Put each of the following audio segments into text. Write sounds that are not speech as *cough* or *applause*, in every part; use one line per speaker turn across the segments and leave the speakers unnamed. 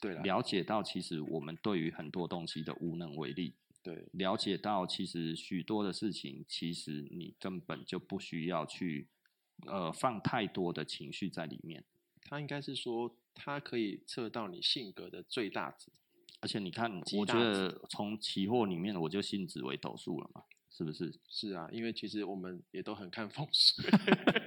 对啊啦，
了解到其实我们对于很多东西的无能为力，
对
了解到其实许多的事情，其实你根本就不需要去呃放太多的情绪在里面。
他应该是说，他可以测到你性格的最大值。
而且你看，
极
我觉
大
得从期货里面我就信紫微斗数了嘛，是不是？
是啊，因为其实我们也都很看风水，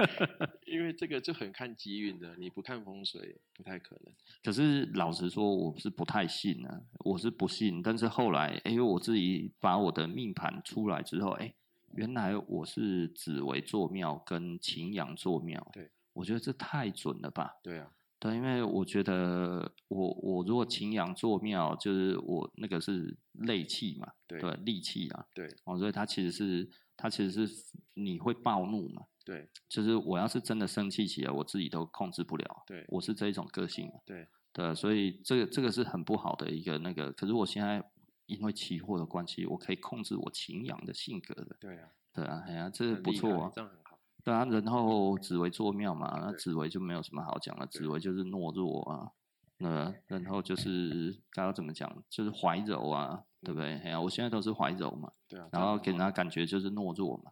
*laughs* 因为这个就很看机运的，你不看风水不太可能。
可是老实说，我是不太信啊，我是不信。但是后来，哎、我自己把我的命盘出来之后，哎、原来我是紫微坐庙跟擎羊坐庙，
对，
我觉得这太准了吧？
对啊，
对，因为我觉得我我如果擎羊坐庙，就是我那个是累气嘛，
对
对，戾气啊，
对
哦，所以它其实是它其实是你会暴怒嘛，
对
就是我要是真的生气起来，我自己都控制不了。
对
我是这一种个性嘛。
对
对，啊所以这个这个是很不好的一个那个。可是我现在因为期货的关系，我可以控制我秦阳的性格的。
对啊，
对啊，哎呀，这
很
不
厉
错
害
啊。
这样很好。
对啊，然后紫薇做庙嘛，那
嗯对
紫薇就没有什么好讲了，紫
对
薇就是懦弱啊，那然后就是该要怎么讲，就是怀柔啊，对不对？哎呀，我现在都是怀柔嘛。
对啊，这
然
样
后
很
给
好
人家感觉就是懦弱嘛。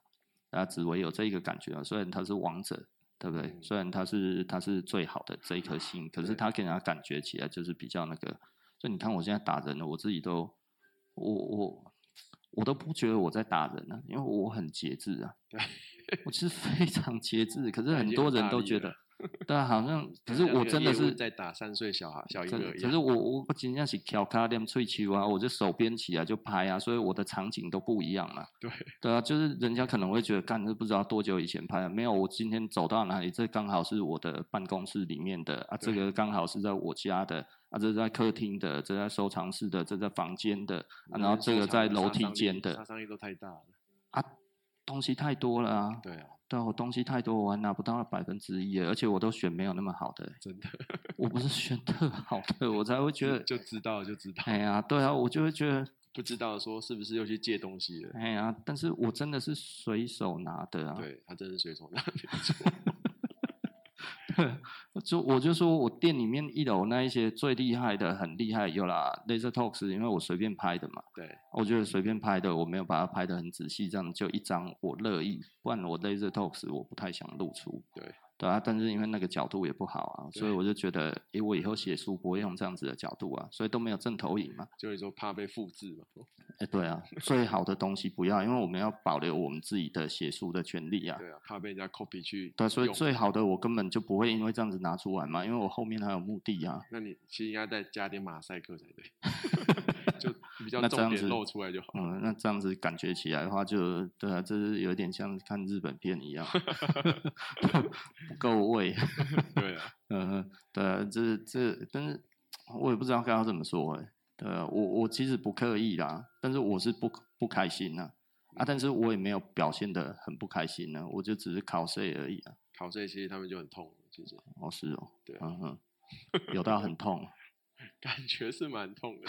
然后紫薇有这一个感觉啊，虽然他是王者，对不对？
嗯
虽然他是他是最好的这一颗星，可是
对
他给人家感觉起来就是比较那个。所以你看我现在打人了，我自己都我我我都不觉得我在打人了、因为我很节制
*laughs*
啊。
对，
我是非常节制，可是
那已
很
经
多
很
人
大
都
力
觉
了
得，对啊，好像可是
像那
我
个
真的
业务
是
在打三岁小孩小婴
可
儿一
可
样
是。我我我仅仅是挑卡点翠球啊，我就手边起来就拍啊，所以我的场景都不一样嘛。
对
对啊，就是人家可能会觉得，干这不知道多久以前拍的，没有，我今天走到哪里，这刚好是我的办公室里面的啊，这
对
个刚好是在我家的啊，这在客厅的，这在收藏室的，这在房间的，啊、
你
然后
们
这
收
个
藏
在
的
楼
杀
梯
伤力
间
杀
的
伤力都太大了。
啊，东西太多了啊。
对啊，
对啊，我东西太多，我还拿不到百分之一，而且我都选没有那么好的，欸
真的
我不是选特好的，我才会觉得
就知道就知道，
哎呀，对啊，我就会觉得，
不知道说是不是又去借东西了？
哎呀，但是我真的是随手拿的啊。，
对他真是随手拿没错
就我就说我店里面一楼那一些最厉害的，很厉害，有啦，Laser Talks，因为我随便拍的嘛，
*laughs* 对
我觉得随便拍的，我没有把它拍的很仔细，这样就一张我乐意，不然我 Laser Talks 我不太想露出。
对
对啊，但是因为那个角度也不好啊，所
对
以我就觉得，诶，我以后写书不会用这样子的角度啊，所以都没有正投影嘛。
就是说怕被复制嘛。
哎，
*laughs*
对啊，最好的东西不要，因为我们要保留我们自己的写书的权利啊。
对啊，怕被人家 copy 去。
对，啊所以最好的我根本就不会因为这样子拿出来嘛，因为我后面还有目的啊。
那你其实应该再加点马赛克才
*laughs*
对，就比较
那这
重
样
点
子
露出来就好。
嗯，那这样子感觉起来的话就，对啊，这是有点像看日本
*laughs*
片一样，不够味。
对啊，
嗯，对啊，这这，但是我也不知道该要怎么说哎、对啊，我我其实不刻意啦，但是我是不不开心呐、啊。但是我也没有表现的很不开心呢、我就只是考试而已啊。
考这些他们就很痛，其
*laughs*
实
哦，是哦，
对啊，
嗯哼，有到很痛。
感觉是蛮
*laughs*
痛的，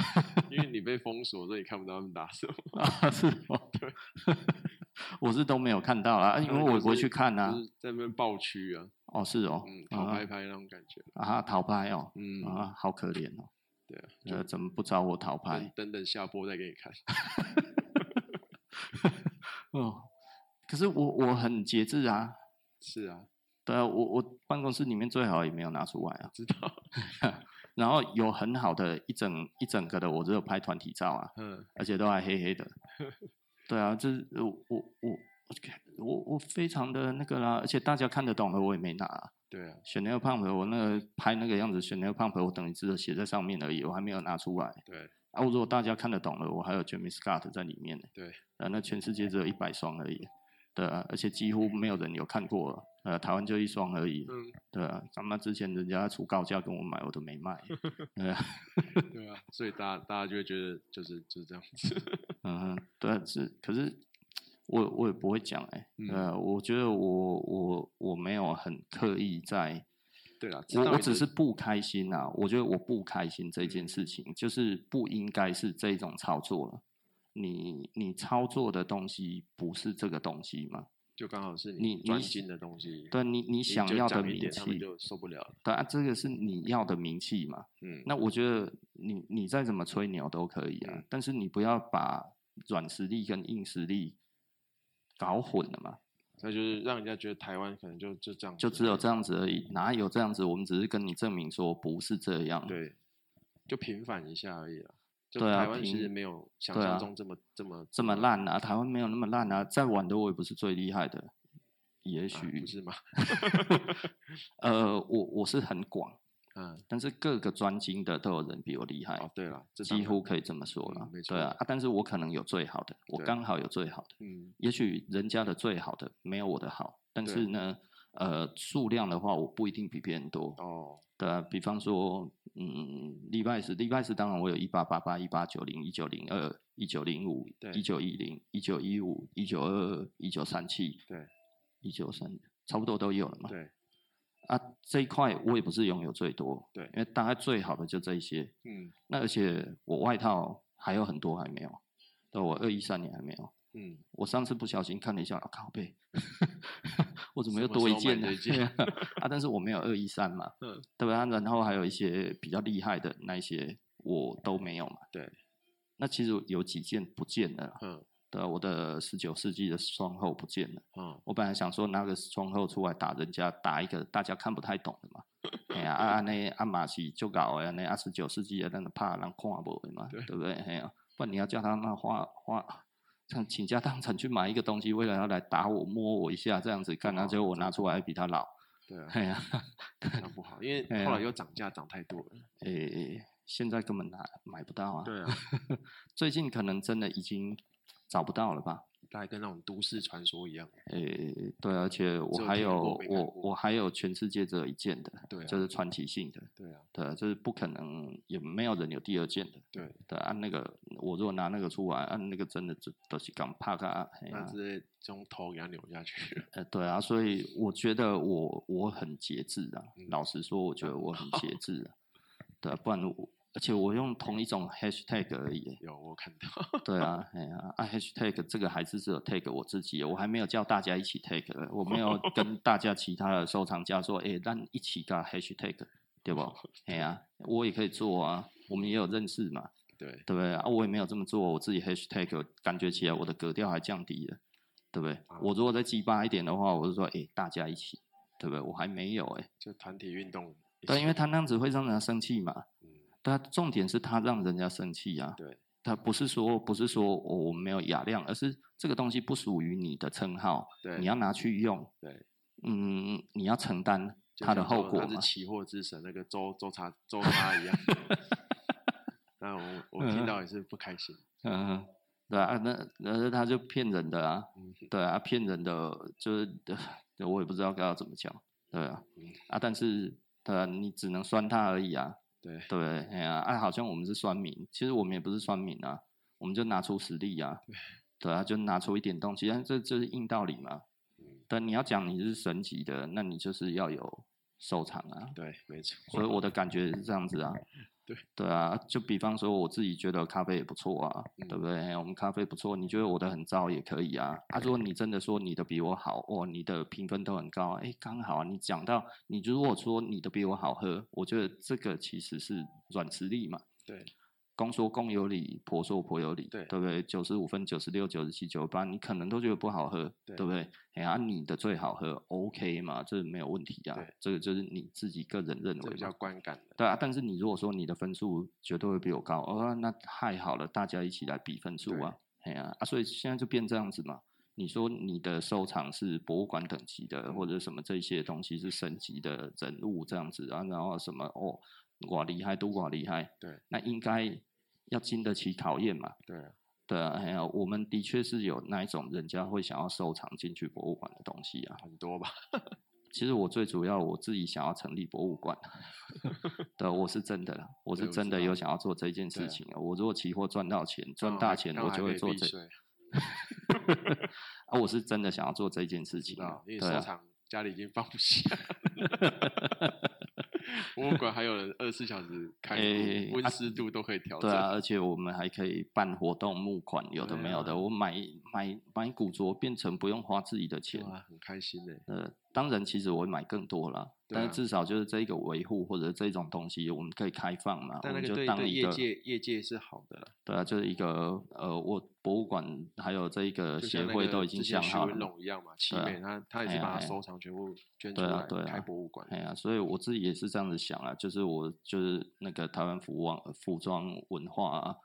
因为你被封锁，所以看不到他们打什么。
啊，是哦，对， *laughs* 我是都没有看到啦，啊因
他
为
们
我
就
也不会
是
去看呐、
就是在那边爆区啊，
哦，是哦，
嗯，讨拍拍那种感觉。
啊啊，逃拍哦，
嗯，
啊，好可怜哦，
对啊，
呃，怎么不找我逃
等
拍？
等等下播再给你看。 *laughs*
哦，可是我我很节制啊，
是啊，
对啊，我我办公室里面最好也没有拿出来啊，
知道。
*laughs* 然后有很好的一整一整个的，我只有拍团体照啊，
嗯，
而且都还
*laughs*
黑黑的，对啊，这是我我我我我非常的那个啦，而且大家看得懂的我也没拿、啊。
对啊，
选那个 pump，我那个拍那个样子，选那个 pump，我等于只有写在上面而已，我还没有拿出来。
对
啊，如果大家看得懂了，我还有 Jamie Scott 在里面呢。
对
啊，那全世界只有一百双而已，对啊，而且几乎没有人有看过了，呃，台湾就一双而已，
嗯，
对啊，他妈之前人家出高价跟我买，我都没
*laughs*
卖，对啊，
对啊，所以大家大家就会觉得就是就是这样子。 *laughs*
嗯哼，对啊，是，可是我我也不会讲哎、
嗯
呃，我觉得我我我没有很刻意在。
对啦，知道嗯
我我
你
只
的
是不开心啊，我觉得我不开心这件事情，就是不应该是这种操作了。你你操作的东西不是这个东西嘛？
就刚好是
你你
专精的东西。
对啊你你
你
想
就
要的
讲一
名
点他们
气，
就受不了了。
对啊，这个是你要的名气嘛。
嗯，
那我觉得你你再怎么吹牛都可以啊，
嗯
但是你不要把软实力跟硬实力搞混了嘛，
那就是让人家觉得台湾可能就就这样，
就只有这。样子而已，哪有这样子？我们只是跟你证明说不是这样。
对，就平反一下而已啦。就
对啊
台湾其
平
实没有想
对啊
象中这么、这么
这么烂啊！台湾没有那么烂啊！再晚的我也不是最厉害的，也
啊
许、
不是吗？
呃，我我是很广，
嗯，
但是各个专精的都有人比我厉害，
哦，对了，这当
哎几乎
然
可以这么说了
嗯。没
对啊
错
啊，但是我可能有最好的，我
对
刚好有最好的，
嗯
也许人家的最好的没有我的好，但
对
是呢，呃，数量的话我不一定比别人多。
哦，
对啊，比方说，嗯，礼拜四，礼拜四当然我有一八八八、一八九零、一九零二、一九零五
对、
一九一零、一九一五、一九二二、一九三七，
对，
一九三，差不多都有了嘛。
对，
啊，这一块我也不是拥有最多，
对
因为大概最好的就这一些。
嗯
那而且我外套还有很多还没有，对，我二一三年还没有。
嗯，
我上次不小心看了一下，啊、靠背， *laughs* 我怎么
什么
又多
时
一
候
件
买
呢、
这一件
*laughs* 啊，但是我没有二一三嘛，
嗯
对吧？然后还有一些比较厉害的那一些我都没有嘛。
对，
那其实有几件不见了啦，
嗯
对啊，我的十九世纪的双后不见了。
嗯，
我本来想说拿个窗后出来打人家，打一个大家看不太懂的
*laughs*
嘛。哎呀，啊啊那啊马是就搞哎，那二十九世纪的那个怕人看不的嘛，
对
对不对？哎呀，不然你要叫他那花花，像倾家荡产去买一个东西，为了要来打我摸我一下这样子，看
哇
他结果我拿出来比他老，
对啊，
哎呀，
那不好，因为
*laughs* 哎
后
呀
来又涨价涨太多了。
哎，现在根本拿买不到啊。
对啊，
*laughs* 最近可能真的已经找不到了吧。
大概跟那种都市传说一样。
诶，对，而且我
只有
还
听
有
过没看
我
过
我还有全世界只有一件的，
对啊
就是传奇性的，
对啊，
对啊，就是不可能也没有人有第二件的，
对，
对啊，那个我如果拿那个出来，按、那个真的就都是刚怕噶，哎
那
呀，
直接从头给它扭下去。
呃，对啊，所以我觉得我我很节制啊，
嗯
老实说，我觉得
*laughs*
我很节制啊，对啊，不然我而且我用同一种 hashtag 而已，
*laughs*
欸
有我看到，
对啊，哎呀，啊 hashtag 这个还是只有 take 我自己，我还没有叫大家一起 take，我没有跟大家其他的收藏家说，哎、咱一起搞 hashtag，
*laughs*
对不？哎呀，我也可以做啊，我们也有认识嘛，
对，
对不对？啊，我也没有这么做，我自己 hashtag 感觉起来我的格调还降低了，对不对
啊？
我如果再激发一点的话，我就说，哎、大家一起，对不对？我还没有哎、
就团体运动一起。
对，因为他那样子会让人家生气嘛，
嗯，
但重点是他让人家生气啊。
对，
他不是说不是说我我没有雅量，而是这个东西不属于你的称号，
对
你要拿去用，
对，
嗯，你要承担
就
它的
像
后
说
果
他是
嘛。
期货之神那个周周查周查一样。
*laughs*
那我我听
嗯
到也是不开心。
嗯，对啊，那那他就骗人的啊，
嗯
对啊，骗人的就是、 *laughs* 呃我也不知道该要怎么讲，对啊
嗯，
啊，但是对啊，你只能酸他而已啊，
对，
对不对？哎呀、啊，好像我们是酸民，其实我们也不是酸民啊，我们就拿出实力啊，对啊，就拿出一点东西，但这这是硬道理嘛。
嗯，
但你要讲你是神级的，那你就是要有收藏啊。
对，没错。
所以我的感觉是这样子啊。
*laughs* 对
对啊，就比方说我自己觉得咖啡也不错啊，对
嗯
不对？我们咖啡不错，你觉得我的很糟也可以啊。啊，如果你真的说你的比我好，哦，你的评分都很高，哎，刚好啊。你讲到你如果说你的比我好喝，我觉得这个其实是软实力嘛。
对，
公说公有理，婆说婆有理，
对
不对？九十五分、九十六、九十七、九十八，你可能都觉得不好喝，
对
不对？哎呀、啊你的最好喝，OK 嘛，这没有问题啊
对，
这个就是你自己个人认
这
为
比较
嘛。
观感的。
对啊，但是你如果说你的分数绝对会比我高，哦，那太好了，大家一起来比分数啊，哎呀啊所以现在就变这样子嘛。你说你的收藏是博物馆等级的，或者什么这些东西是省级的人物这样子啊，然后什么哦，我厉害，都我厉害，
对
那应该要经得起考验嘛。
对啊，
对啊，哎呀，我们的确是有那一种人家会想要收藏进去博物馆的东西啊。
很多吧。
其实我最主要我自己想要成立博物
*laughs*
馆，对，我是真的啦，我
对
是
我
真
知
的有
道
想要做这件
对
事
啊
情啊。我如果期货赚到钱，
刚
赚
好
大
还
钱，
刚
我
好
就
还
会
可以
做
避
这
税
啊，我是真的想要做这件事
知
情啊
道，因为
对
收
啊， *laughs*
藏家里已经放不下。博物馆还有人二十四小时开，
哎
温
啊
湿度都可以调整。
对啊，而且我们还可以办活动募款，有的
对
没有的。
啊
我买买买古着变成不用花自己的钱，
哇，很开心呢。
呃，当然其实我会买更多啦，
对
但是
啊
至少就是这一个维护或者这种东西，我们可以开放嘛，我
但那
们
个
就
对
当
对
一
业
个
界业界是好的啦，
对啊，就是一个呃，我博物馆还有这一个
就
协
像那
会
个
都已
之
经
前
想
徐
好
文
了。
龙一样嘛，奇
对啊
美他他也
哎
是
呀
把
哎呀
它收藏全部捐出
对啊
来
对啊
开博物馆。
哎呀、所以我自己也是这样子想啊，就是我就是那个台湾服装服装文化、啊、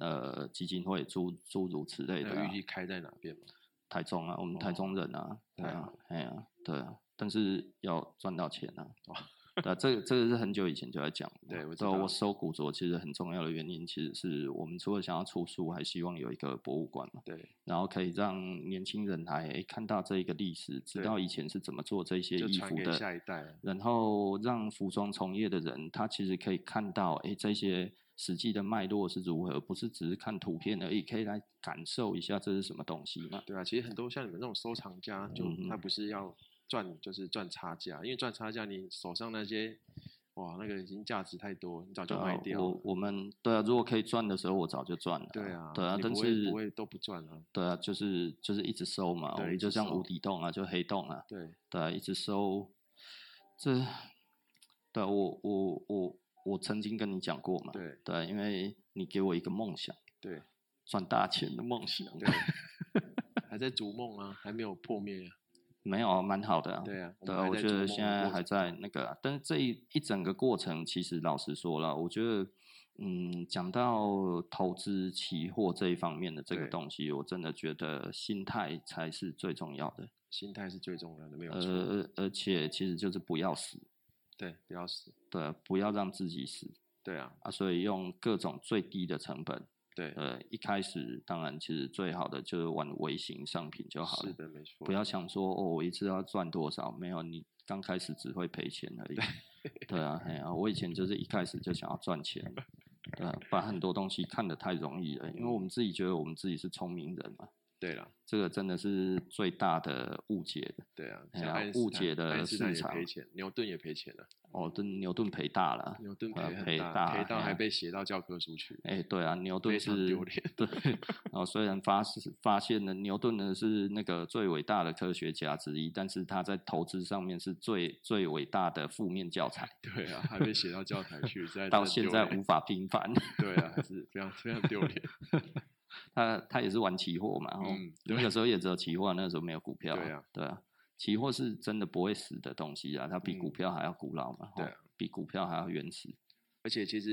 呃基金会诸诸如此类的、
那
啊
预，计开在哪边嘛？
台中啊，我们台
哦
中人啊，对
太
啊
好，
哎呀，对啊，但是要赚到钱啊
哦。
对啊，这个这个是很久以前就在讲了嘛。
对我知
啊
道
我收古着其实很重要的原因，其实是我们除了想要出书，还希望有一个博物馆嘛，
对，
然后可以让年轻人来诶看到这一个历史，知
对
道以前是怎么做这些
就
衣
传
服
给
的，
下一代啊。
然后让服装从业的人，他其实可以看到，哎，这些实际的脉络是如何，不是只是看图片而已，可以来感受一下这是什么东西嘛。
对啊，其实很多像你们这种收藏家，就
嗯
他
嗯
不是要赚，就是赚差价，因为赚差价，你手上那些，哇，那个已经价值太多，你早就
对
卖
啊
掉
我
了。
我们对啊，如果可以赚的时候，我早就赚了。
对啊
对啊，
你
但
不会
是
不会都不赚啊。
对啊，就是就是一直收嘛，我
对
们
一
就
直
像
收
无底洞啊，就黑洞啊，
对，
对啊，一直收。这，对啊、我我我我曾经跟你讲过嘛，
对
对啊，因为你给我一个梦想，
对
赚大钱的梦想，
对，还在逐梦啊，还没有破灭啊。
没有啊，蛮好的啊。
对啊，我
对
们
啊，
还
我
在
觉
逐
得
梦
现
的
在
过
还
程
在那个、啊，但是这一一整个过程，其实老实说了，我觉得，嗯，讲到投资期货这一方面的这个
对
东西，我真的觉得心态才是最重要的。
心态是最重要的，没有错。
呃，而且其实就是不要死，
对，不要死。
对啊，不要让自己死
对啊，
啊，所以用各种最低的成本。
对，
呃，一开始当然其实最好的就是玩微型商品就好了
是。的，没错。
不要想说哦，我一次要赚多少，没有，你刚开始只会赔钱而已。对啊，哎呀、我以前就是一开始就想要赚钱，对、啊，把很多东西看得太容易了，因为我们自己觉得我们自己是聪明人嘛，
对啦，
这个真的是最大的误解的。
对啊，
哎
像
呀
爱因
误
斯坦
解的
爱因斯坦
市
也
场
赔钱，牛顿也赔钱了，
哦，这牛顿赔大了，
牛顿
呃
赔很
赔
大，
大
赔到
哎
还
呀
被写到教科书去。
哎，对啊，牛顿
非常
是
丢脸
对，哦，虽然发发现了牛顿呢是那个最伟大的科学家之一，但是他在投资上面是最最伟大的负面教材。
对啊，还被写到教材
*laughs*
去，实在
到
是
现
很
在
哎丢脸
无法平反。
对啊，还是非常非常丢
*laughs*
脸。
他他也是玩期货嘛，哦、
嗯
那个时候也只有期货，那个时候没有股票、
对啊，
对啊，期货是真的不会死的东西啊，它比股
嗯
票还要古老嘛，
对
哦
啊
比股票还要原始。
而且其实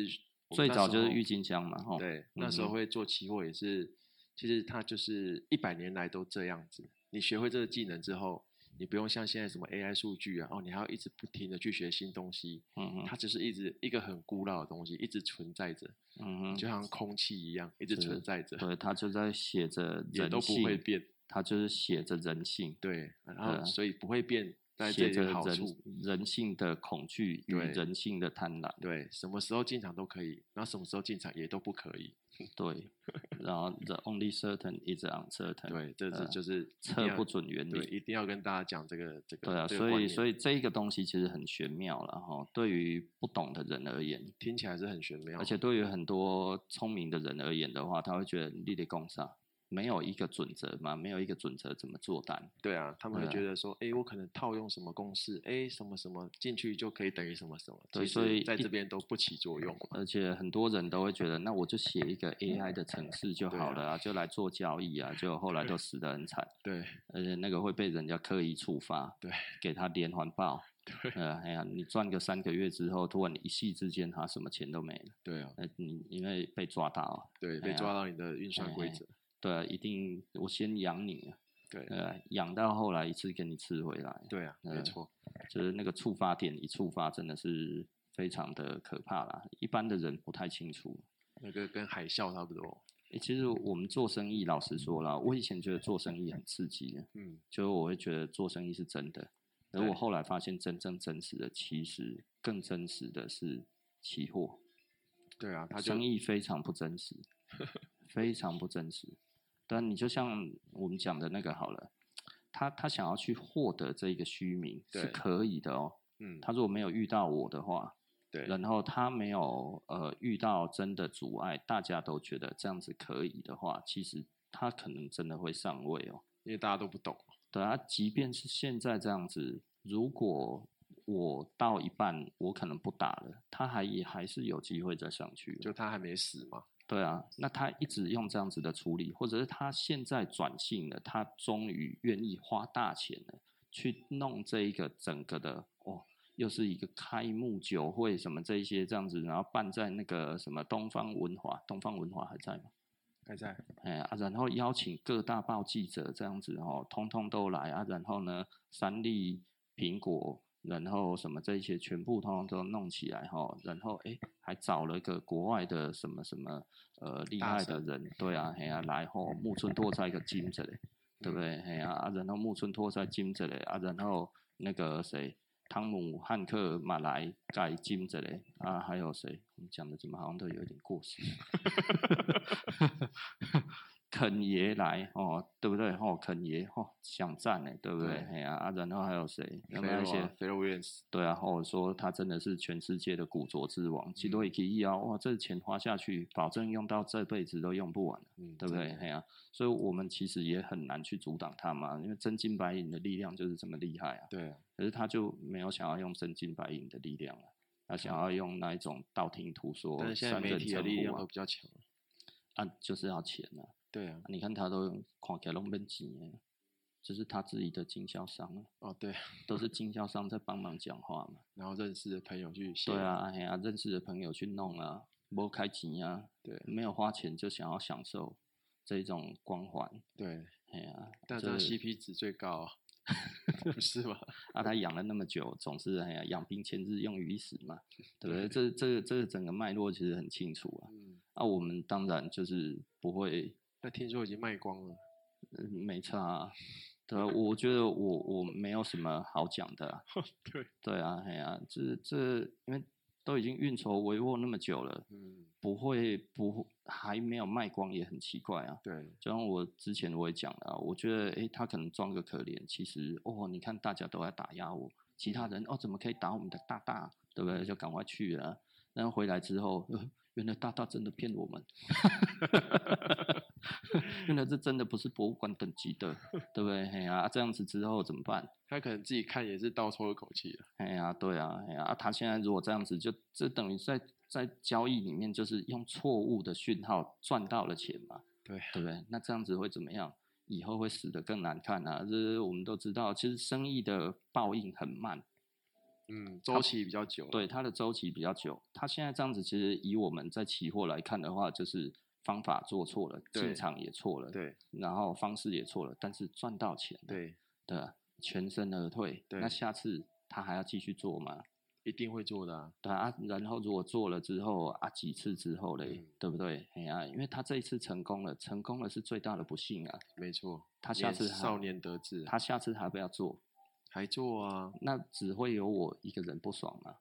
我们
最
那
早
时
就是
候
郁金香嘛，哦，
对，那时
嗯
候
哼
会做期货也是，其实它就是一百年来都这样子。你学会这个技能之后，你不用像现在什么 AI 数据啊，哦，你还要一直不停的去学新东西，
嗯哼，
它就是一直一个很古老的东西，一直存在着，
嗯哼，
就像空气一样，一直
是
存在着， *laughs*
对，他就在写着
也
人
都不会
性，
变。
他就是写着人性，
对，然
对啊
后所以不会变，但这
写
也
着
是好
人
处。
人性的恐惧与
对
人性的贪婪。
对，什么时候进场都可以，然后什么时候进场也都不可以。 *laughs*
对，然后 the only certain is uncertain。
对，这
对
是
啊
就是一定
测
要
不准原
对，
理。
一定要跟大家讲这个这个。
对啊，
这个
所
观
以
念
所以这一个东西其实很玄妙了哈。对于不懂的人而言，
听起来是很玄妙，
而且对于很多聪明的人而言的话，他会觉得立立功上没有一个准则嘛，没有一个准则怎么做单？
对啊，他们
对
会
啊
觉得说，哎、我可能套用什么公式，哎、什么什么进去就可以等于什么什么，
对
其
所以
实在
一
这边都不起作用
*laughs*
嘛。
而且很多人都会觉得，那我就写一个 AI 的程式就
对
好
啊
了啊，就来做交易啊，就后来都死得很惨，
对 *laughs*
而且那个会被人家刻意触发，
对
给他连环爆。
对
呃，哎呀，你赚个三个月之后，突然一夕之间，他什么钱都没了。
对啊，
呃，你因为被抓到啊，
对，
哎
被
呀
抓到你的运
哎
算规则。
对啊，一定我先养你啊，
对
呃，养到后来一次给你吃回来，
对啊，没
嗯
错，
就是那个触发点一触发，真的是非常的可怕啦。一般的人不太清楚。
那个跟海啸差不多。
诶其实我们做生意，老实说啦，我以前觉得做生意很刺激的，
嗯，
就是我会觉得做生意是真的，而我
对
后来发现真正真实的，其实更真实的是期货。
对啊，他就
生意非常不
*laughs*
真实，非常不真实。但你就像我们讲的那个好了，他他想要去获得这一个虚名是
对
可以的哦。
嗯，
他如果没有遇到我的话，
对，
然后他没有呃遇到真的阻碍，大家都觉得这样子可以的话，其实他可能真的会上位哦。
因为大家都不懂，
对啊，即便是现在这样子，如果我到一半我可能不打了，他还也还是有机会再上去哦。
就他还没死嘛，
对啊，那他一直用这样子的处理，或者是他现在转性了，他终于愿意花大钱了去弄这一个整个的哦，又是一个开幕酒会什么这一些这样子，然后办在那个什么东方文华，东方文华还在吗？
还在。
哎啊，然后邀请各大报记者这样子哦，通通都来啊，然后呢，三立、苹果，然后什么这些全部通通都弄起来哈、哦，然后哎还找了个国外的什么什么呃厉
大
害的
神嗯
人，对啊，嘿啊来吼、木村拓哉个金子嘞，对不对？嘿啊，啊然后木村拓哉金子嘞，啊然后那个谁。汤姆汉克马来盖金子嘞啊，还有谁？我们讲的怎么好像都有一点过时？肯爷来哦，对不对？哦，肯爷哦，想赞呢，对不对
对？
哎呀、啊，然后还有谁？有没有一
菲
些
洛啊？菲洛威廉斯，
对啊，或者说他真的是全世界的古着之
嗯
王，几多一个亿啊！哇，这钱花下去，保证用到这辈子都用不完，
嗯，
对不
真
对？
的？
哎呀、所以我们其实也很难去阻挡他嘛，因为真金白银的力量就是这么厉害啊。
对啊，
可是他就没有想要用真金白银的力量了、他想要用那一种道听途
哦
说、
但是现在
三
媒
人
体的
成
力
虎
量
啊
都比较强，
啊，就是要钱啊。
对啊，
你看他都用看起来拢变钱的，就是他自己的经销商啊，
哦对，
都是经销商在帮忙讲话嘛。
然后认识的朋友去写，
对，啊，哎呀、认识的朋友去弄啊，没开钱啊，
对
没有花钱就想要享受这种光环。
对，
哎呀、啊，
但这
就
样
是
CP 值最高啊， *laughs* 不是吗？
啊，他养了那么久，总是哎呀，养兵千日，用于一时嘛，对不对？这这这个整个脉络其实很清楚啊。
嗯，
啊，我们当然就是不会
那听说已经卖光了， *laughs*
呃，没差、啊。对啊，我觉得我我没有什么好讲的、啊。
对，
对啊，哎呀、这这因为都已经运筹帷幄那么久了，
嗯，
不会不还没有卖光也很奇怪啊。
对，
就像我之前我也讲了啊、我觉得诶，他可能装个可怜，其实哦，你看大家都在打压我，其他人哦怎么可以打我们的大大，对不对？就赶快去了啊、然后回来之后， *laughs* 呃、原来大大真的骗我们，原来这真的不是博物馆等级的，对不对？哎呀、啊这样子之后怎么办？
他可能自己看也是倒抽一口气了，
哎呀，对啊，哎呀，啊他现在如果这样子，就这等于在在交易里面就是用错误的讯号赚到了钱嘛，
对，啊
对不对？那这样子会怎么样？以后会死得更难看啊！这我们都知道，其实生意的报应很慢，
嗯，周期比较久，
对，它的周期比较久。它现在这样子，其实以我们在期货来看的话，就是方法做错了，
对
进场也错了，，
对
然后方式也错了，但是赚到钱了，
对，
对啊，全身而退。
对
那下次他还要继续做吗？
一定会做的啊，
对啊，然后如果做了之后啊，几次之后嘞，
嗯
对不对？哎呀、因为他这一次成功了，成功了是最大的不幸啊。
没错，
他下
年
次还
少年得志啊，
他下次还不要做，
还做啊，
那只会有我一个人不爽嘛，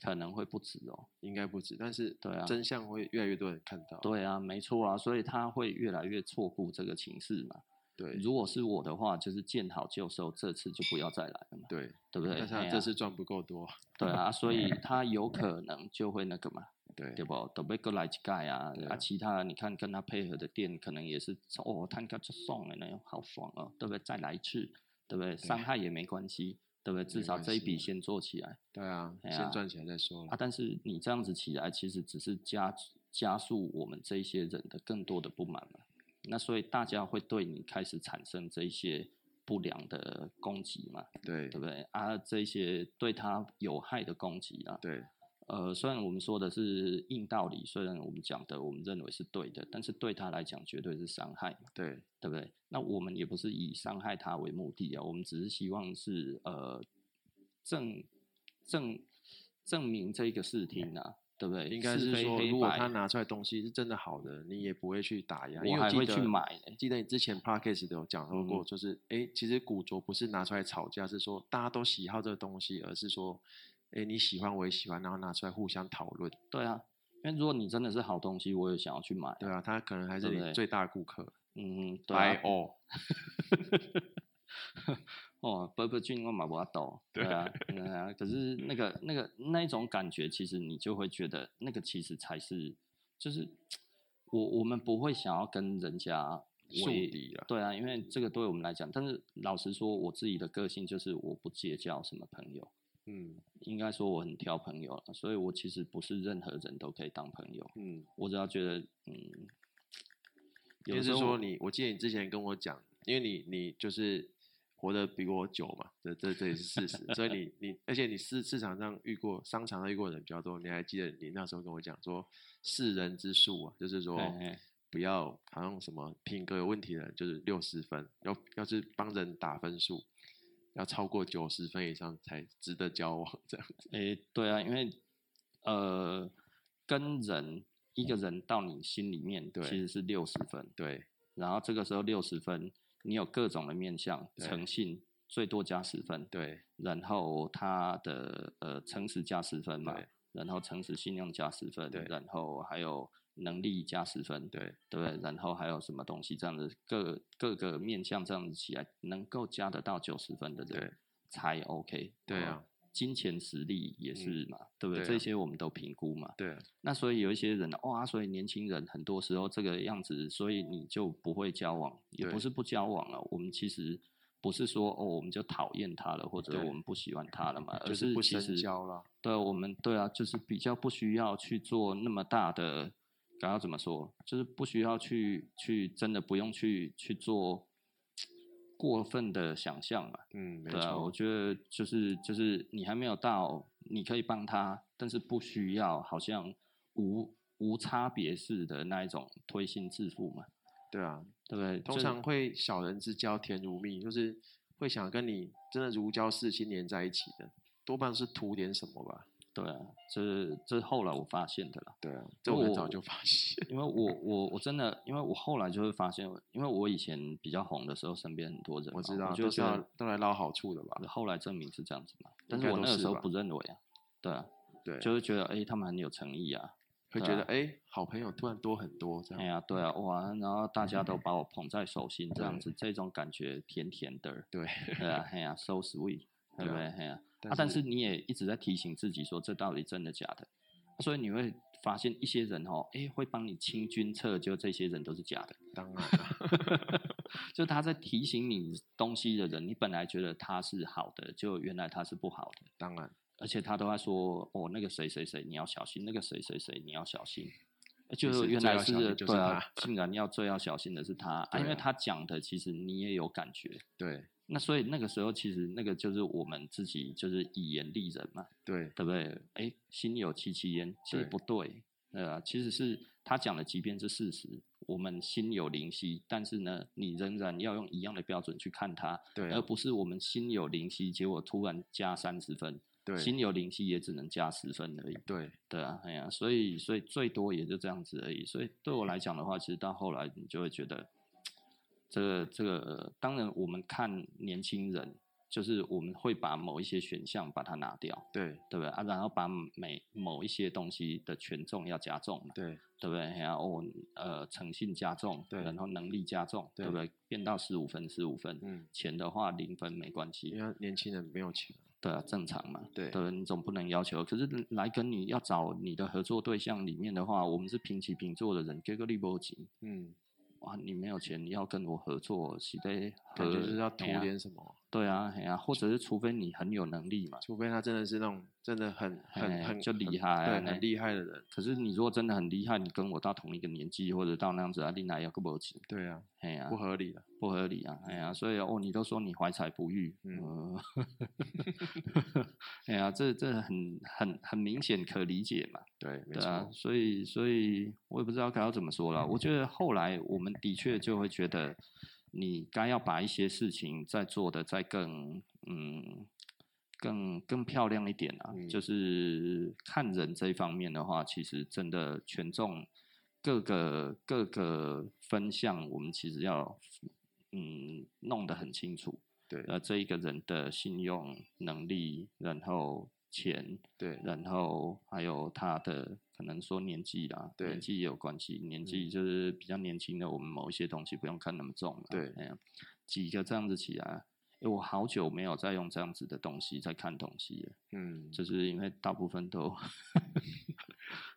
可能会不止哦。
应该不止，但是
对啊
真相会越来越多人看到，
对啊，没错啊，所以他会越来越错估这个情势嘛。
对
如果是我的话，就是见好就收，这次就不要再来了嘛，
对，
对不对？
但是
哎
他
呀
这次赚不够多，
对
*laughs*
啊，所以他有可能就会那个嘛，
对
对不？都被过来一届啊
对，啊
啊，其他你看跟他配合的店，可能也是哦，他个就送了呢，好爽哦，对不对？再来一次，对不对？伤害也没关系，对不对？至
没
少
关
这一
系
笔
啊
先做起来
对啊，
哎呀
先赚起来再说
啊。
了，
但是你这样子起来，其实只是加加速我们这一些人的更多的不满嘛。那所以大家会对你开始产生这一些不良的攻击嘛，
对
对不对？啊，这一些对他有害的攻击啊，
对
呃，虽然我们说的是硬道理，虽然我们讲的我们认为是对的，但是对他来讲绝对是伤害嘛，
对
对不对？那我们也不是以伤害他为目的啊，我们只是希望是呃证证证明这个视听啊，对不对？
应该
是
是
非
说，
黑
如果
白
他拿出来东西是真的好的，你也不会去打压，
我
因为
还
记
会
得
去买嘞
记得你之前 podcast 有讲说过，
嗯
就是哎、诶其实古着不是拿出来吵架，是说大家都喜好这个东西，而是说，哎、你喜欢我也喜欢，然后拿出来互相讨论。
对啊，因为如果你真的是好东西，我也想要去买啊，
对啊，他可能还是
对不
你
对
最大的顾客。
嗯，对啊
buy all，
*laughs* 哦，不不，俊我马不抖，对啊，对啊。可是那个那个那一种感觉，其实你就会觉得那个其实才是，就是我我们不会想要跟人家
树
为
敌啊
对啊，因为这个对我们来讲，但是老实说，我自己的个性就是我不结交什么朋友，
嗯
应该说我很挑朋友了，所以我其实不是任何人都可以当朋友，
嗯，
我只要觉得嗯，有
也
时
是
候
说你，我记得你之前跟我讲，因为你你就是活得比我久嘛，这这这也是事实，所以你你，而且你市市场上遇过商场上遇过的人比较多，你还记得你那时候跟我讲说世人之术啊，就是说。
哎哎
不要好像什么品格有问题的人就是六十分，要要是帮人打分数，要超过九十分以上才值得交往这样子。
诶，对啊，因为呃，跟人一个人到你心里面，
嗯对
其实是六十分，
对
然后这个时候六十分，你有各种的面向，
对
诚信最多加十分，
对
然后他的呃诚实加十分嘛
对，
然后诚实信用加十分
对，
然后还有能力加十分，
对
对不对？然后还有什么东西这样子，各各个面向这样子起来，能够加得到九十分的
对
人才 OK。
对
哦
啊，
金钱实力也是嘛，对不
对
对？
啊
这些我们都评估嘛。
对啊
那所以有一些人哇、所以年轻人很多时候这个样子，所以你就不会交往，也
对
不是不交往了。我们其实不是说哦，我们就讨厌他了，或者
对
我们不喜欢他了嘛，而
就是不
呃其
深
实
交啦。
对，我们对啊，就是比较不需要去做那么大的，该要怎么说？就是不需要去去真的不用去去做过分的想象嘛。
嗯，没
对啊，我
错，
觉得就是就是你还没有到，你可以帮他，但是不需要好像无无差别式的那一种推心置腹嘛，
对啊，
对不对？
通
就是
常会小人之交甜如蜜，就是会想跟你真的如胶似漆粘在一起的，多半是图点什么吧。
对啊，这这是后来我发现的啦。
对啊，这我很早
我
就发现。 *laughs*
因为我我我真的，因为我后来就会发现，因为我以前比较红的时候，身边很多人嘛，
我知道，
哦就
都是
觉
要
得
都来捞好处的吧？
后来证明是这样子嘛。
应
但
该
是我
都
那个
是
时候
吧
不认为啊，对啊，
对，
就会觉得哎、诶他们很有诚意啊，
会觉
对
得
啊
哎、诶好朋友突然多很多这
哎
样。
呀，对啊，哇，然后大家
*laughs*
都把我捧在手心，这样
对
子，这种感觉甜甜的，
对，
对啊，哎呀，so
*laughs*
sweet，
对
对不
啊
对？哎呀，啊，但是你也一直在提醒自己说，这到底真的假的？所以你会发现一些人哦，哎，会帮你清君侧，就这些人都是假的。
当然
*laughs*
了，
就他在提醒你东西的人，你本来觉得他是好的，就原来他是不好的，
当然，
而且他都在说哦，那个谁谁谁你要小心，那个谁谁谁你要小心，呃
其
就
实
原
最
来
要小心就是
对啊
他，
竟然要最要小心的是他，
*laughs*
啊
对
因为
啊
他讲的其实你也有感觉，
对
那所以那个时候其实那个就是我们自己就是以言立人嘛，
对
对不对？哎，心有戚戚焉，其实
对
不对，对啊，其实是他讲的，即便是事实，我们心有灵犀，但是呢，你仍然要用一样的标准去看它，
对
而
啊
不是我们心有灵犀，结果突然加三十分，心
对
有灵犀也只能加十分而已，
对，
对啊，哎呀、所以所以最多也就这样子而已，所以对我来讲的话，其实到后来你就会觉得，这个这个、呃当然我们看年轻人。就是我们会把某一些选项把它拿掉，
对
对不对啊？然后把每某一些东西的权重要加重嘛，
对
对不对？然后呃诚信加重，
对
然后能力加重，对
对
不对？变到十五分，十五分，
嗯，
钱的话零分没关系，
因为年轻人没有钱，
对啊，正常嘛，
对
对不对？你总不能要求，可是来跟你要找你的合作对象里面的话，我们是平起平坐的人，给个利波吉，
嗯，
哇，你没有钱，你要跟我合作，是得
感
合，
觉就是要图
哎呀
点什么，
对啊，哎呀，或者是除非你很有能力嘛，
除非他真的是那种真的很
哎
很很
就
很
厉害啊
对，
那
很厉害的人，
可是你如果真的很厉害，你跟我到同一个年纪或者到那样子啊，你哪有个没钱？
对啊，
哎呀、
不合理的，
不合理啊！哎呀、所以哦，你都说你怀才不遇，
嗯
*laughs* 嗯，哎呀、这这很很很明显可理解嘛，
对，没
对啊
错，，嗯
所以所以我也不知道该要怎么说了。我觉得后来我们的确就会觉得，你该要把一些事情再做的再更嗯更更漂亮一点啊。
嗯
就是看人这一方面的话，其实真的权重各个各个分项，我们其实要嗯弄得很清楚。
对
呃，这一个人的信用能力，然后钱，
对
然后还有他的可能说年纪啦，
对嗯
年纪也有关系，年纪就是比较年轻的，我们某一些东西不用看那么重嘛，
对
哎呀，几个这样子起来，诶我好久没有再用这样子的东西在看东西了，
嗯，
就是因为大部分都，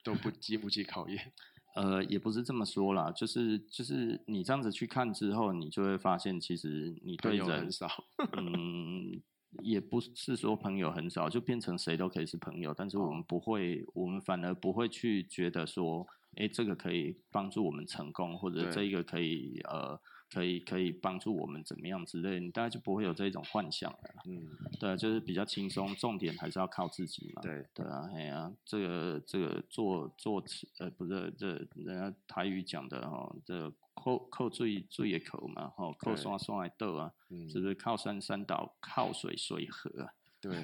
都不经不起考验，
呃，也不是这么说啦，就是就是你这样子去看之后，你就会发现，其实你
朋
对
友
人
很，少。
嗯，也不是说朋友很少，就变成谁都可以是朋友，但是
哦
我们不会，我们反而不会去觉得说，诶，这个可以帮助我们成功，或者
对
这一个可以呃，可以可以帮助我们怎么样之类，你大概就不会有这种幻想了。
嗯，
对，啊就是比较轻松，重点还是要靠自己嘛。
对，
对啊，哎呀、这个这个做做吃呃不是这人家台语讲的哦，这靠靠最最也口嘛，吼、靠
对
山山来斗啊，
嗯
是不是靠山山倒，靠水水河啊？
对，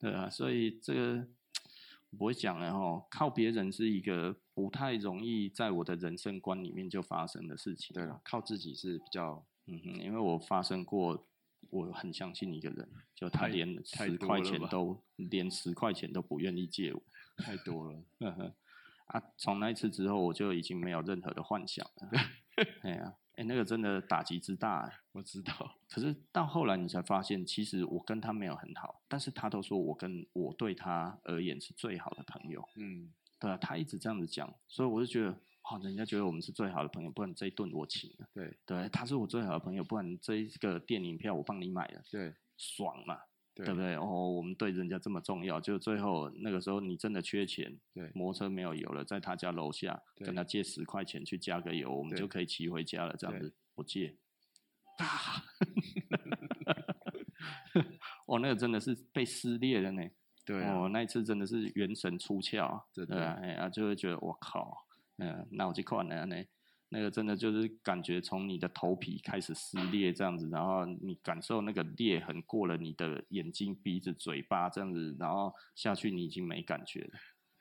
对啊，所以这个我不会讲了哦，靠别人是一个不太容易在我的人生观里面就发生的事情。
对了，靠自己是比较
嗯哼，因为我发生过，我很相信一个人，就他
太
连
太
十
多
块
了
钱
吧
都连十块钱都不愿意借我。
太多了。
呵呵，啊，从那一次之后，我就已经没有任何的幻想
*laughs*
了。 *laughs* 哎呀，哎，那个真的打击之大、欸。
我知道，
可是到后来，你才发现，其实我跟他没有很好，但是他都说我跟我对他而言是最好的朋友。
嗯，
对啊，他一直这样子讲，所以我就觉得，哦，人家觉得我们是最好的朋友，不然这一顿我请了。
对
对，他是我最好的朋友，不然这一个电影票我帮你买了，
对
爽嘛，
对
不对？哦，我们对人家这么重要，就最后那个时候你真的缺钱，
对
摩托车没有油了，在他家楼下
对
跟他借十块钱去加个油，我们
对
就可以骑回家了，这样
对
子
*laughs*
不借，哦，那个真的是被撕裂了呢。
对啊，
哦，那一次真的是元神出窍啊，
真
对啊，
的
哎呀、啊，就会觉得我靠，嗯、那我去看了呢，那个真的就是感觉从你的头皮开始撕裂这样子，然后你感受那个裂痕过了你的眼睛、鼻子、嘴巴这样子，然后下去你已经没感觉了，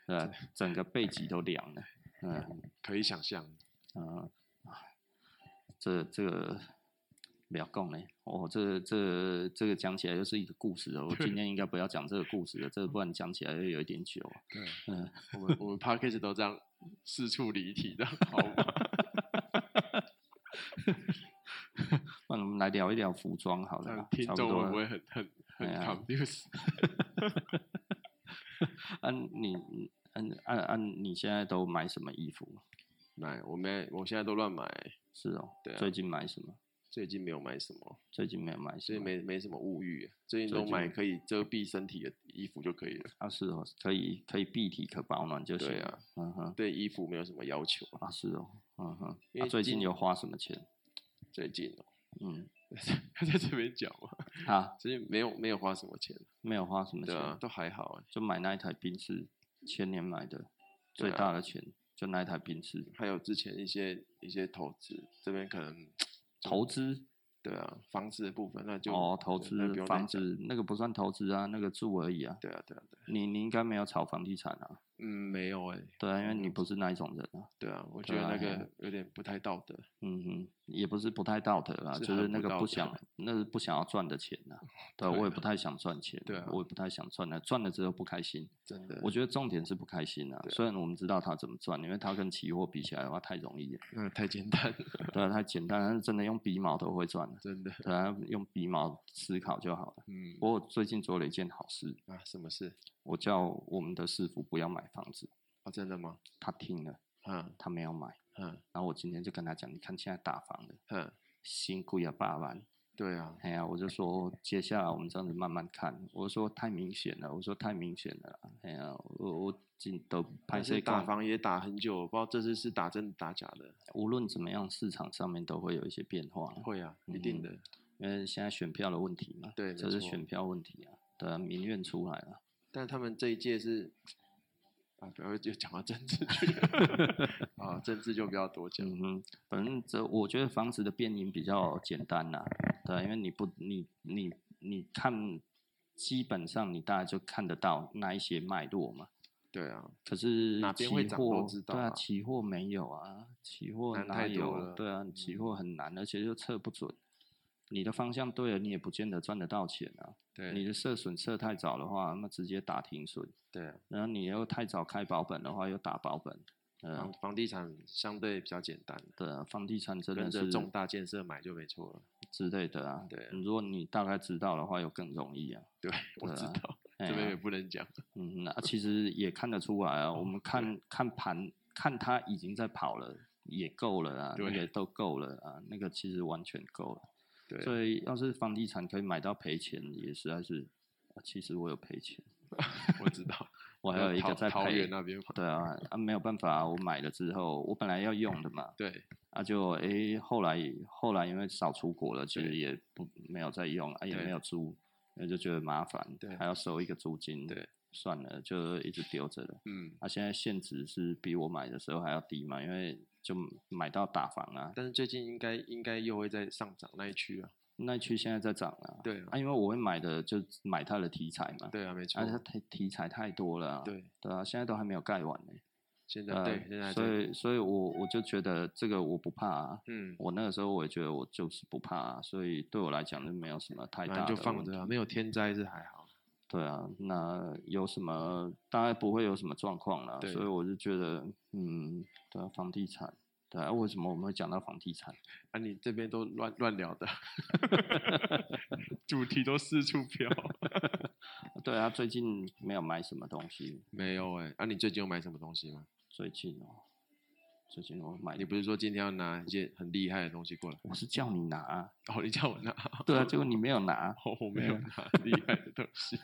对啊、整个背脊都凉
哎
了，嗯、
可以想象。
呃，这这个不要讲嘞，哦，这这这个讲起来又是一个故事哦。我今天应该不要讲这个故事了，这个不然讲起来又有一点久啊。
对，
嗯，
我们我们 p a c k a g e 都这样四处离题的， *laughs* 好吗？
那我们来聊一聊服装好
这
了
样
啦，
呃听
差不
众
多
会不
了
会很很很
哎呀
confused？
啊，你嗯嗯啊啊，你现在都买什么衣服？
*laughs* 买，我没，我现在都乱买，
是哦，
对啊
最近买什么？
最近没有买什么，
最近没有买什
所
么，
以没没什么物欲，哦最近
最
都
近
买可以遮蔽身体的衣服就可以了，
啊是哦，可以可以蔽体可保暖就行。
对啊，
嗯哼，
对衣服没有什么要求。
啊是哦，嗯哼，
因
啊
为
最近
近
有花什么钱？
最近哦， *laughs*
嗯，
他在这边讲嘛，
啊
最近没有没有花什么钱，
没有花什么
对
钱。
啊，都还好欸，
就买那一台宾士，前年买的，最
对啊
大的钱、就那一台宾士，
还有之前一些一些投资，这边可能
投资
对啊，房子的部分那就
哦，投
对那
资
不用再
房
讲
子那个不算投资啊，那个住而已啊。
对啊对啊对啊，
你你应该没有炒房地产啊，
嗯，没有哎，
对啊，因为你不是那一种人啊，
对啊，我觉
对
得
啊
那
哎呀
个有点不太道德，
嗯哼，也不是不太道德啦，
是
就
很
是那
不
个
道
不
德
想，那是不想要赚的钱
*laughs*
呐、啊，对啊、
对
我也
啊
不太想赚钱，
对啊
我也不太想赚了，赚了之后不开心，
真的，
我觉得重点是不开心啊，
对啊
虽然我们知道它怎么赚，因为它跟期货比起来的话太容
*laughs*
易了，
那太简单了，
对、啊，太简单，但是真的用鼻毛都会赚的。
真的，
对啊，用鼻毛思考就好了。
嗯
不过我最近做了一件好事，
啊，什么事
我叫我们的师傅不要买房子，
啊？真的吗？
他听了，
嗯
他没有买。
嗯
然后我今天就跟他讲，你看现在打房了，
嗯，
新贵啊八万。
对啊，
哎呀，我就说接下来我们这样子慢慢看。我说太明显了，我说太明显了啦。哎呀，我我紧都拍
但
摄
是打
打房，
房也打很久，我不知道这次是打真的打假的，
无论怎么样，市场上面都会有一些变化啦。
会啊，一定
嗯
的，
因为现在选票的问题嘛，
对没
这是
错
选票问题啊，对啊，民怨出来了。
但他们这一届是。啊，不要就讲到政治
*laughs*
去啊，政治就不要多讲。
嗯哼，反正这我觉得房子的变音比较简单啦，对啊，因为你不你你你看，基本上你大概就看得到那一些脉络嘛。
对啊，
可是
哪
期
边
货
会涨都知道
对啊，
啊
期货没有啊，期货
难
哪
太多
有？
了
对啊，期
嗯
货很难，而且又测不准。你的方向对了，你也不见得赚得到钱啊。
对，
你的设损设太早的话，那直接打停损；
对啊，
然后你又太早开保本的话，又打保本。嗯
房，房地产相对比较简单，
对啊，房地产真的
跟着
是
重大建设买就没错了。
之类的啊。
对啊
如果你大概知道的话，又更容易啊。 *laughs*
对，我
对
知
啊
道，
哎
这边
呀
也不能讲。
嗯，那、其实也看得出来啊，我
哦
们看看盘，看他已经在跑了，也够了啊，那
对
个都够了啊，那个其实完全够了。
对，
所以要是房地产可以买到赔钱，也实在是，啊其实我有赔钱，
我知道。
*laughs* 我还有一个
呃桃
在
桃
赔
园。那边嘛，
对啊，啊没有办法啊，我买了之后，我本来要用的嘛，
对
啊就诶、后来后来因为少出国了，其实
对
也不没有再用，啊也
对
没有租，那就觉得麻烦
对，
还要收一个租金，
对，
算了，就一直丢着了。
嗯，
啊，现在现值是比我买的时候还要低嘛，因为就买到大房啊，
但是最近应该应该又会在上涨那一区啊。
那一区现在在涨啊，
对啊，
啊，因为我会买的就买它的题材嘛，，
对啊，没错
啊，，它题题材太多了、啊，，
对，
对啊，现在都还没有盖完呢、
现在
呃，
对现在
所
对，
以所以我我就觉得这个我不怕、啊，
嗯，
我那个时候我也觉得我就是不怕、啊，所以对我来讲就没有什么太
反
大
正
的
就放
问
着啊，
题
没有天灾是还好。
对啊，那有什么大概不会有什么状况了，
对
所以我就觉得嗯，对啊，房地产。对啊，为什么我们会讲到房地产？
啊，你这边都乱乱聊的， *laughs* 主题都四处飘。
对啊，最近没有买什么东西。
*laughs* 没有哎、啊，你最近有买什么东西吗？
最近哦，最近我买
你，不是说今天要拿一件很厉害的东西过来？
我是叫你拿啊，
哦，你叫我拿，
对啊，结果你没有拿。
哦，我没有拿厉害的东西。